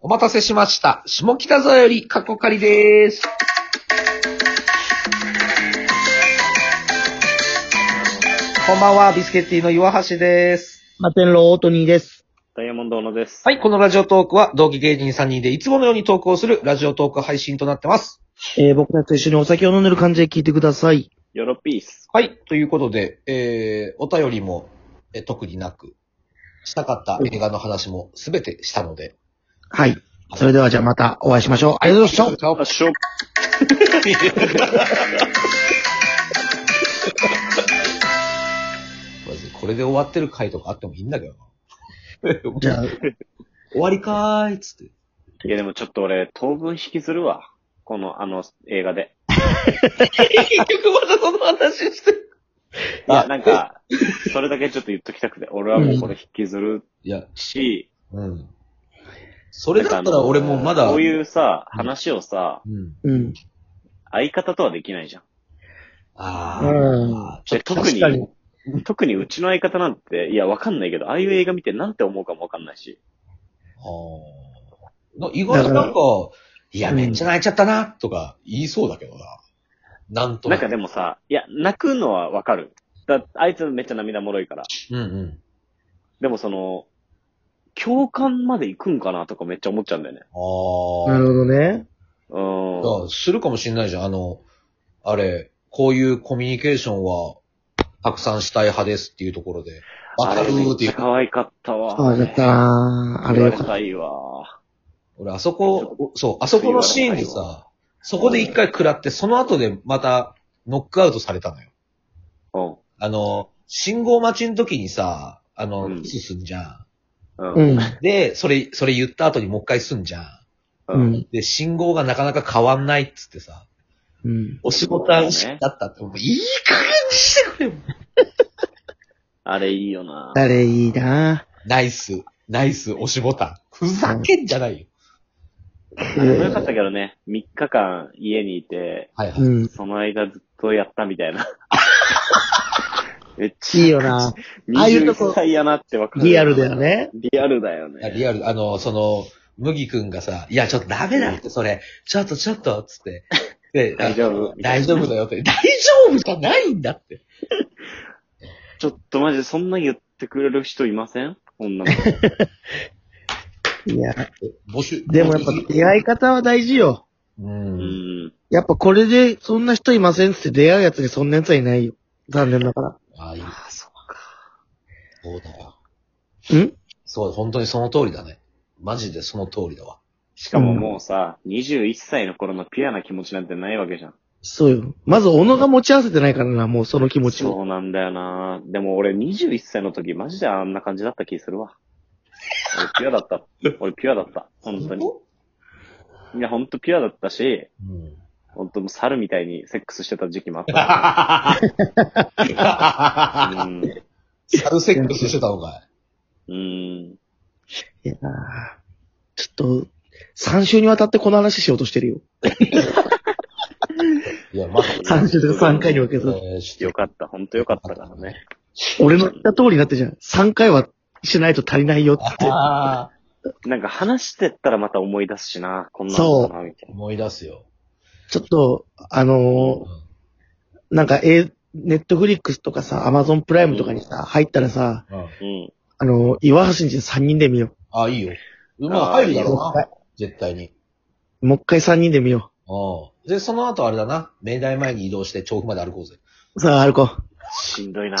お待たせしました。下北沢より過去仮でーす。こんばんは、ビスケッティの岩橋です。マテンロー・オートニーです。ダイヤモンド小野です。はい、このラジオトークは、同期芸人3人でいつものように投稿するラジオトーク配信となってます。えー、僕たちと一緒にお酒を飲んでる感じで聞いてください。ヨロピース。はい、ということで、えー、お便りも、えー特になく、したかった映画の話もすべてしたので。はい。それではじゃあまたお会いしましょう。ありがとうございました。顔あ、しょ、まずこれで終わってる回とかあってもいいんだけどな。じゃあ、終わりかーいっつって。いやでもちょっと俺、当分引きずるわ。この、あの、映画で。 結局まだその話してる。いや、なんか、それだけちょっと言っときたくて、俺はもうこれ引きずるいや、し、うん。それだったら俺もうまだ、こうう。いうさ、話をさ、ん。うん。相方とはできないじゃん。あうあ。ちょでっと、特に確かに。特にうちの相方なんて、いや、わかんないけど、ああいう映画見てなんて思うかもわかんないし。あーな意外となんか、いや、うんめっちゃ泣いちゃったな、とか言いそうだけどな。なんとななんく。かでもさ、いや、泣くのはわかる。だ、あいつめっちゃ涙もろいから。うんうん。でもその、共感まで行くんかなとかめっちゃ思っちゃうんだよね。ああな。るほどね。うん。だからするかもしんないじゃん。あの、あれ、こういうコミュニケーションは、たくさんしたい派ですっていうところで。わかるあれめーっってちいゃう。可愛かったわ。あ、だったなーああれれよよかかっ。ったた。いわ。俺、あそこ、そう、あそこのシーンで言わなさ、そこで一回食らって、その後でまた、ノックアウトされたのよ。うん。あの、信号待ちの時にさ、あの、うんキスすんじゃん。う。うんん。で、それ、それ言った後にもう一回すんじゃん。う。うんん。で、信号がなかなか変わんないっつってさ、うん。押しボタン式だったって、もういい加減にしてくれよあれいいよな。あれいいなナイス、ナイス押しボタン。ふざけんじゃないよ。あれもよかったけどね。3日間家にいて、はいはうい。ん。その間ずっとやったみたいな。めっちゃ。いいよなああいうとこ21歳やなってわかる。リアルだよ。ね。リアルだよいやね。リアル、あの、その、麦くんがさ、いや、ちょっとダメだって、それ。ちょっと、ちょっと、つって。で、大丈夫あ大丈夫だよって。大丈夫じゃないんだって。ちょっとマジでそんな言ってくれる人いません女の子。いや、募集。でもやっぱ出会い方は大事よ。う。うんん。やっぱこれでそんな人いませんっつって出会うやつにそんなやつはいないよ。残念ながああ、いい。あ、そうか。そうだわ。ら。んそう、本当にその通りだね。マジでその通りだわ。しかももうさ、21歳の頃のピュアな気持ちなんてないわけじゃん。そうよ。まず、小野が持ち合わせてないからな、もうその気持ちを。そうなんだよなでも俺21歳の時マジであんな感じだった気するわ。俺ピュアだった。俺ピュアだった。本当に。いや、本当ピュアだったし、うん。本当もう猿みたいにセックスしてた時期もあった。うん。サルセックスしてたのかい。うん。いやーちょっと、3週にわたってこの話しようとしてるよ。いや、まだ、 3週とか3回に分えけて。ーしてよかった。本当よかったからね。俺の言った通りになってじゃん。3回はしないと足りないよって。ああ、なんか話してったらまた思い出すしなこんなそのうかなみたいな。思い出すよ。ちょっと、あのーなんか、え、ネットフリックスとかさ、アマゾンプライムとかにさ、入ったらさ、うん。うん。あのー岩橋に3人で見よあ、いいよ。まあ、あー入るだろうもう一な。絶対に。う。もう一回3人で見ようん。で、その後あれだな。明大前に移動して調布まで歩こうぜ。う。さあ、歩こう。しんどいな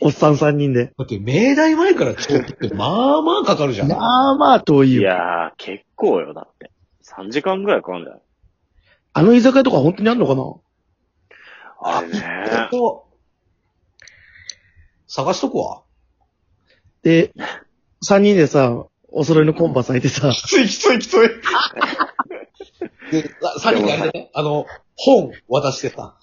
おっさん3人で。だって、明大前から調布って、まあまあかかるじゃん。まあまあ遠いいよ。やー、結構よ、だって。3時間ぐらいかかるんじゃないあの居酒屋とか本当にあんのかなあれね。そう探しとくわ。で、3人でさ、お揃いのコンパ咲いてさ、きついきついきつい。で、さっきあれだね、あの、本渡してさ。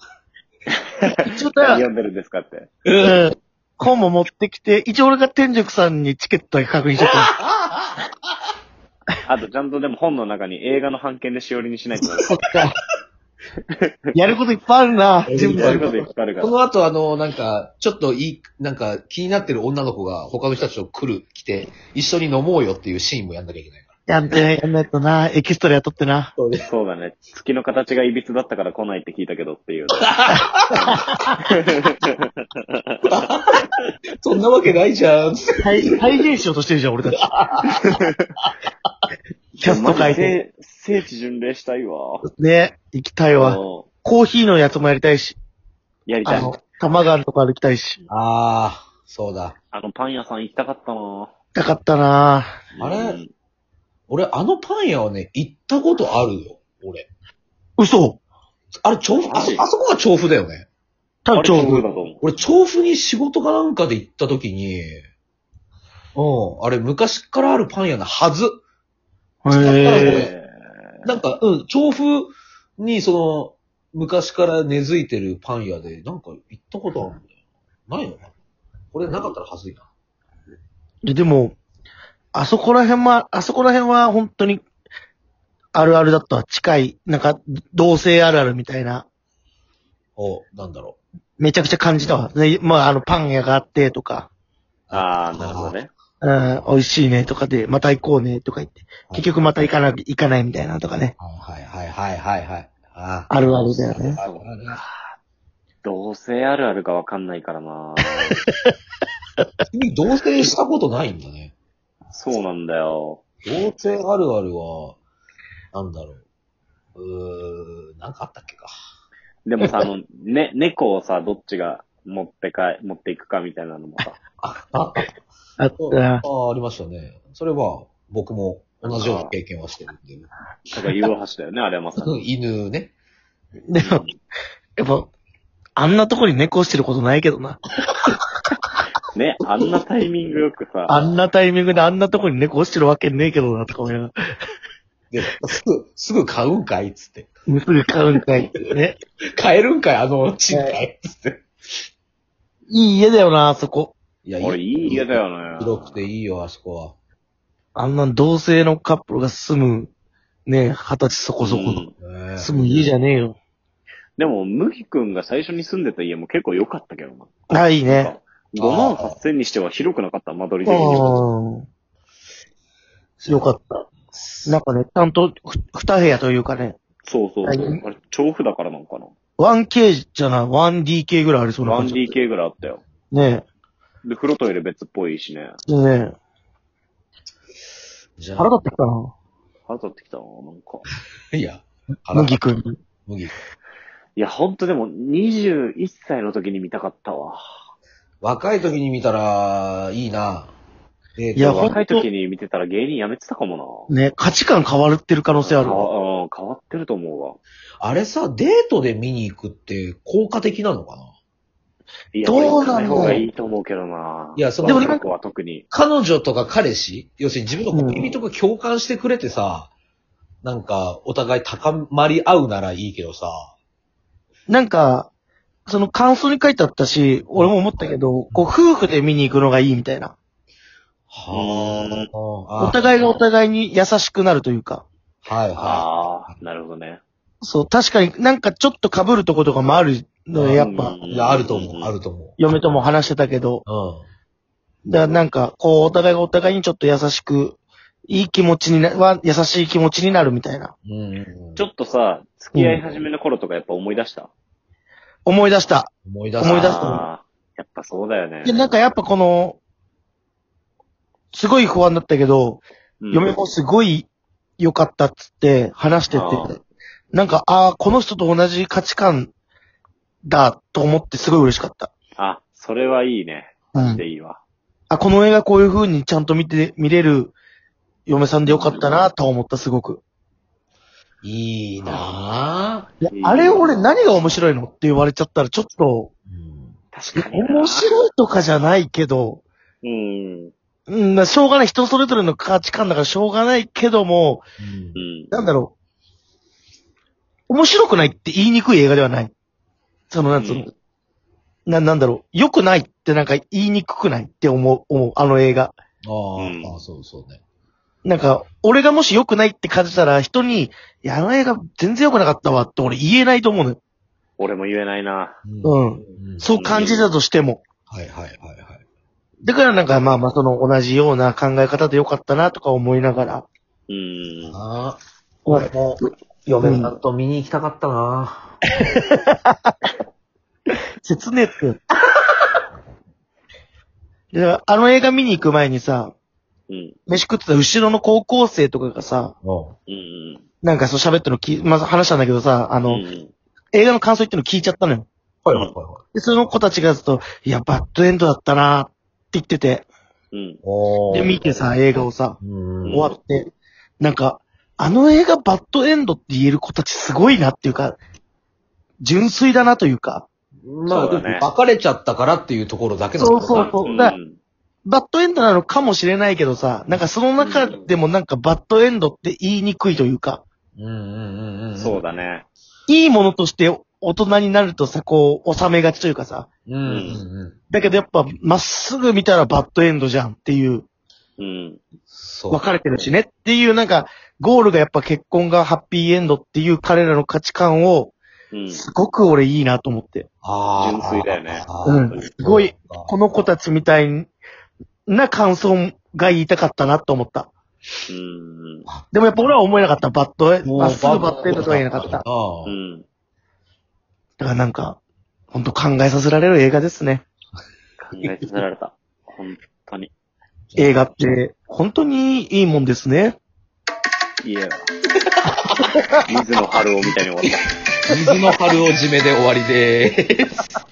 一応何だ、読んでるんですかって。うん、コンも持ってきて、一応俺が天竺さんにチケットだけ確認しちゃ った。あと、ちゃんとでも本の中に映画の版権でしおりにしないとダメ。そっか。やることいっぱいあるな、 自分やるで。こといっぱいあるかこら。の後あの、なんか、ちょっといい、なんか気になってる女の子が他の人たちと来る、来て、一緒に飲もうよっていうシーンもやんなきゃいけないから。やんて、やんないとな、エキストラ雇ってな。そうだね。月の形が歪だったから来ないって聞いたけどっていう。そんなわけないじゃん。再、再現しようとしてるじゃん、俺たち。キャスト変えて。て。聖地巡礼したいわ。ね、行きたいわ。うんコーヒーのやつもやりたいし、やりたあい。の、玉川のとこ歩きたいし。あー、そうだ。あのパン屋さん行きたかったな痛かったなあれうん俺、あのパン屋はね、行ったことあるよ。俺。嘘あれ、調布、あそ、あそこが調布だよね。多分あれ調調布布だ。と思俺、調布に仕事かなんかで行った時に、うん、あれ、昔からあるパン屋なはず。う。調布へえ。えなんか、うん、調布に、その、昔から根付いてるパン屋で、なんか行ったことあるんだよ。ないのかなこれなかったらはずいな。ででも、あそこら辺は、あそこら辺は本当に、あるあるだったわ。近い、なんか、同性あるあるみたいな。お、なんだろめちゃくちゃ感じたわ。ね、まあ、あの、パン屋があって、とか、ーあー、なるほどね。うん、美味しいね、とかで、また行こうね、とか言って。う。結局また行かな、行かないみたいなとかね。はいはいはいはいはい。ああるあるだよーね。あるある同性あるあるかわかんないか らな君、同棲したことないんだね。そうなんだよ。同棲あるあるは、なんだろう。うーん、なんかあったっけか。でもさ、あの、ね、猫をさ、どっちが持ってか、持っていくかみたいなのもさ、あ、ああったな。あありましたね。それは、僕も同じような経験はしてるん で。だから岩橋だよね、あれはまさうんに。犬ね。でも、やっぱ、あんなとこに猫してることないけどな。ね、あんなタイミングよくさ、あんなタイミングであんなとこに猫落ちてるわけねえけどな、とか思いながら。で、すぐ、すぐ買うんかいっつって。すぐ買うんかいっていうね。買えるんかいあの賃貸。いい家だよな、あそこ。いや俺いい家だ。よね。広くていいよ、あそこは。あんな同性のカップルが住む、ね、二十歳そこそこうの。んねえ住む家じゃねえよ。でも、麦くんが最初に住んでた家も結構良かったけどな。あ、いいなんね。か5万8000にしては広くなかった、間取りう的に。ん。よかった。なんかね、ちゃんとふ二部屋というかね、そうそうそはう。あれ、調布だからなのかな 1K じゃない、1DK ぐらいありそうな感じ。 ?1DK ぐらいあったよ。ねで、風呂トイレ別っぽいしね。え。でねじゃ腹あ立ってきたな。腹立ってきたな、なんか。いや、腹立麦くん。麦。いや、ほんとでも、21歳の時に見たかったわ。若い時に見たら、いいな。デートいやほんと若い時に見てたら芸人辞めてたかもな。ね、価値観変わるってる可能性あるわ。あうん変わってると思うわ。あれさ、デートで見に行くって効果的なのかないや、どう俺行かなんだろうない方がいいと思うけどな。いやそのでもなんかは特に。彼女とか彼氏要するに自分の恋人が共感してくれてさ、なんか、お互い高まり合うならいいけどさ。なんか、その感想に書いてあったし、俺も思ったけど、こう、夫婦で見に行くのがいいみたいな。はあ。お互いがお互いに優しくなるというか。はいはああ、なるほどね。そう、確かになんかちょっと被るとことかもあるのやっぱ、い。いや、あると思う、あると思嫁とも話してたけど、う。うん。だからなんか、こう、お互いがお互いにちょっと優しく、いい気持ちにな、は、優しい気持ちになるみたいな。うんちょっとさ、付き合い始めの頃とかやっぱ思い出した、思い出した。思い出す。思い出すと思うああ、やっぱそうだよね。で、なんかやっぱこの、すごい不安だったけど、うん、嫁もすごい良かったっつって話してああて、なんか、ああ、この人と同じ価値観だと思ってすごい嬉しかった。あ、それはいいね。うマジん。でいいわ。あ、この映画こういう風にちゃんと見て、見れる嫁さんで良かったなとは思った、すごく。いいなぁ。いやあれ俺何が面白いのって言われちゃったらちょっと、確かにな。面白いとかじゃないけど、うん。うん、まあしょうがない。人それぞれの価値観だからしょうがないけども、うんうん。なんだろう。面白くないって言いにくい映画ではない。その、なんつうの、うんな、なんだろう。良くないってなんか言いにくくないって思う、思う、あの映画。あうんあ、あそうそうね。なんか、俺がもし良くないって感じたら、人に、いや、あの映画全然良くなかったわって俺言えないと思うのよ。俺も言えないな。う。うんんそう感じたとしても。はいはいはいはい。だからなんか、まあまあ、その同じような考え方で良かったなとか思いながら。うーん。ああ、は俺も、嫁さんと見に行きたかったな。説明って。でだからあの映画見に行く前にさ、うん。飯食ってた後ろの高校生とかがさ、うん。うん。なんかそう喋ったの聞い、まあ話したんだけどさ、あうの、ん。映画の感想言ってるの聞いちゃったのよ。はいはいはいはい。で、その子たちがずっと、いや、バッドエンドだったなって言ってて、うん。おで、見てさ、映画をさ、うん。終わって、なんか、あの映画バッドエンドって言える子たちすごいなっていうか、純粋だなというか、まあ、そうだね別れちゃったからっていうところだけなんだそうろそうそう。だからバッドエンドなのかもしれないけどさ、なんかその中でもなんかバッドエンドって言いにくいというか、うな。うんうんうんうん。そうだね。いいものとして大人になるとさ、こう、収めがちというかさ、うんうんうん。だけどやっぱ、まっすぐ見たらバッドエンドじゃんっていう、うん。そう。別れてるしねっていうなんか、ゴールがやっぱ結婚がハッピーエンドっていう彼らの価値観を、うん。すごく俺いいなと思って。ああ。純粋だよねあーうん。すごい、あこの子たちみたいな感想が言いたかったなと思った。うん。でもやっぱ俺は思えなかった。バッドエンード、まっすぐバッドエンドとは言えなかった。だあかあうん。らなんか、ほんと考えさせられる映画ですね。考えさせられた。本当に。映画って、本当にいいもんですね。い えわ。水野春夫みたいに終わった。水の春を締めで終わりでーす。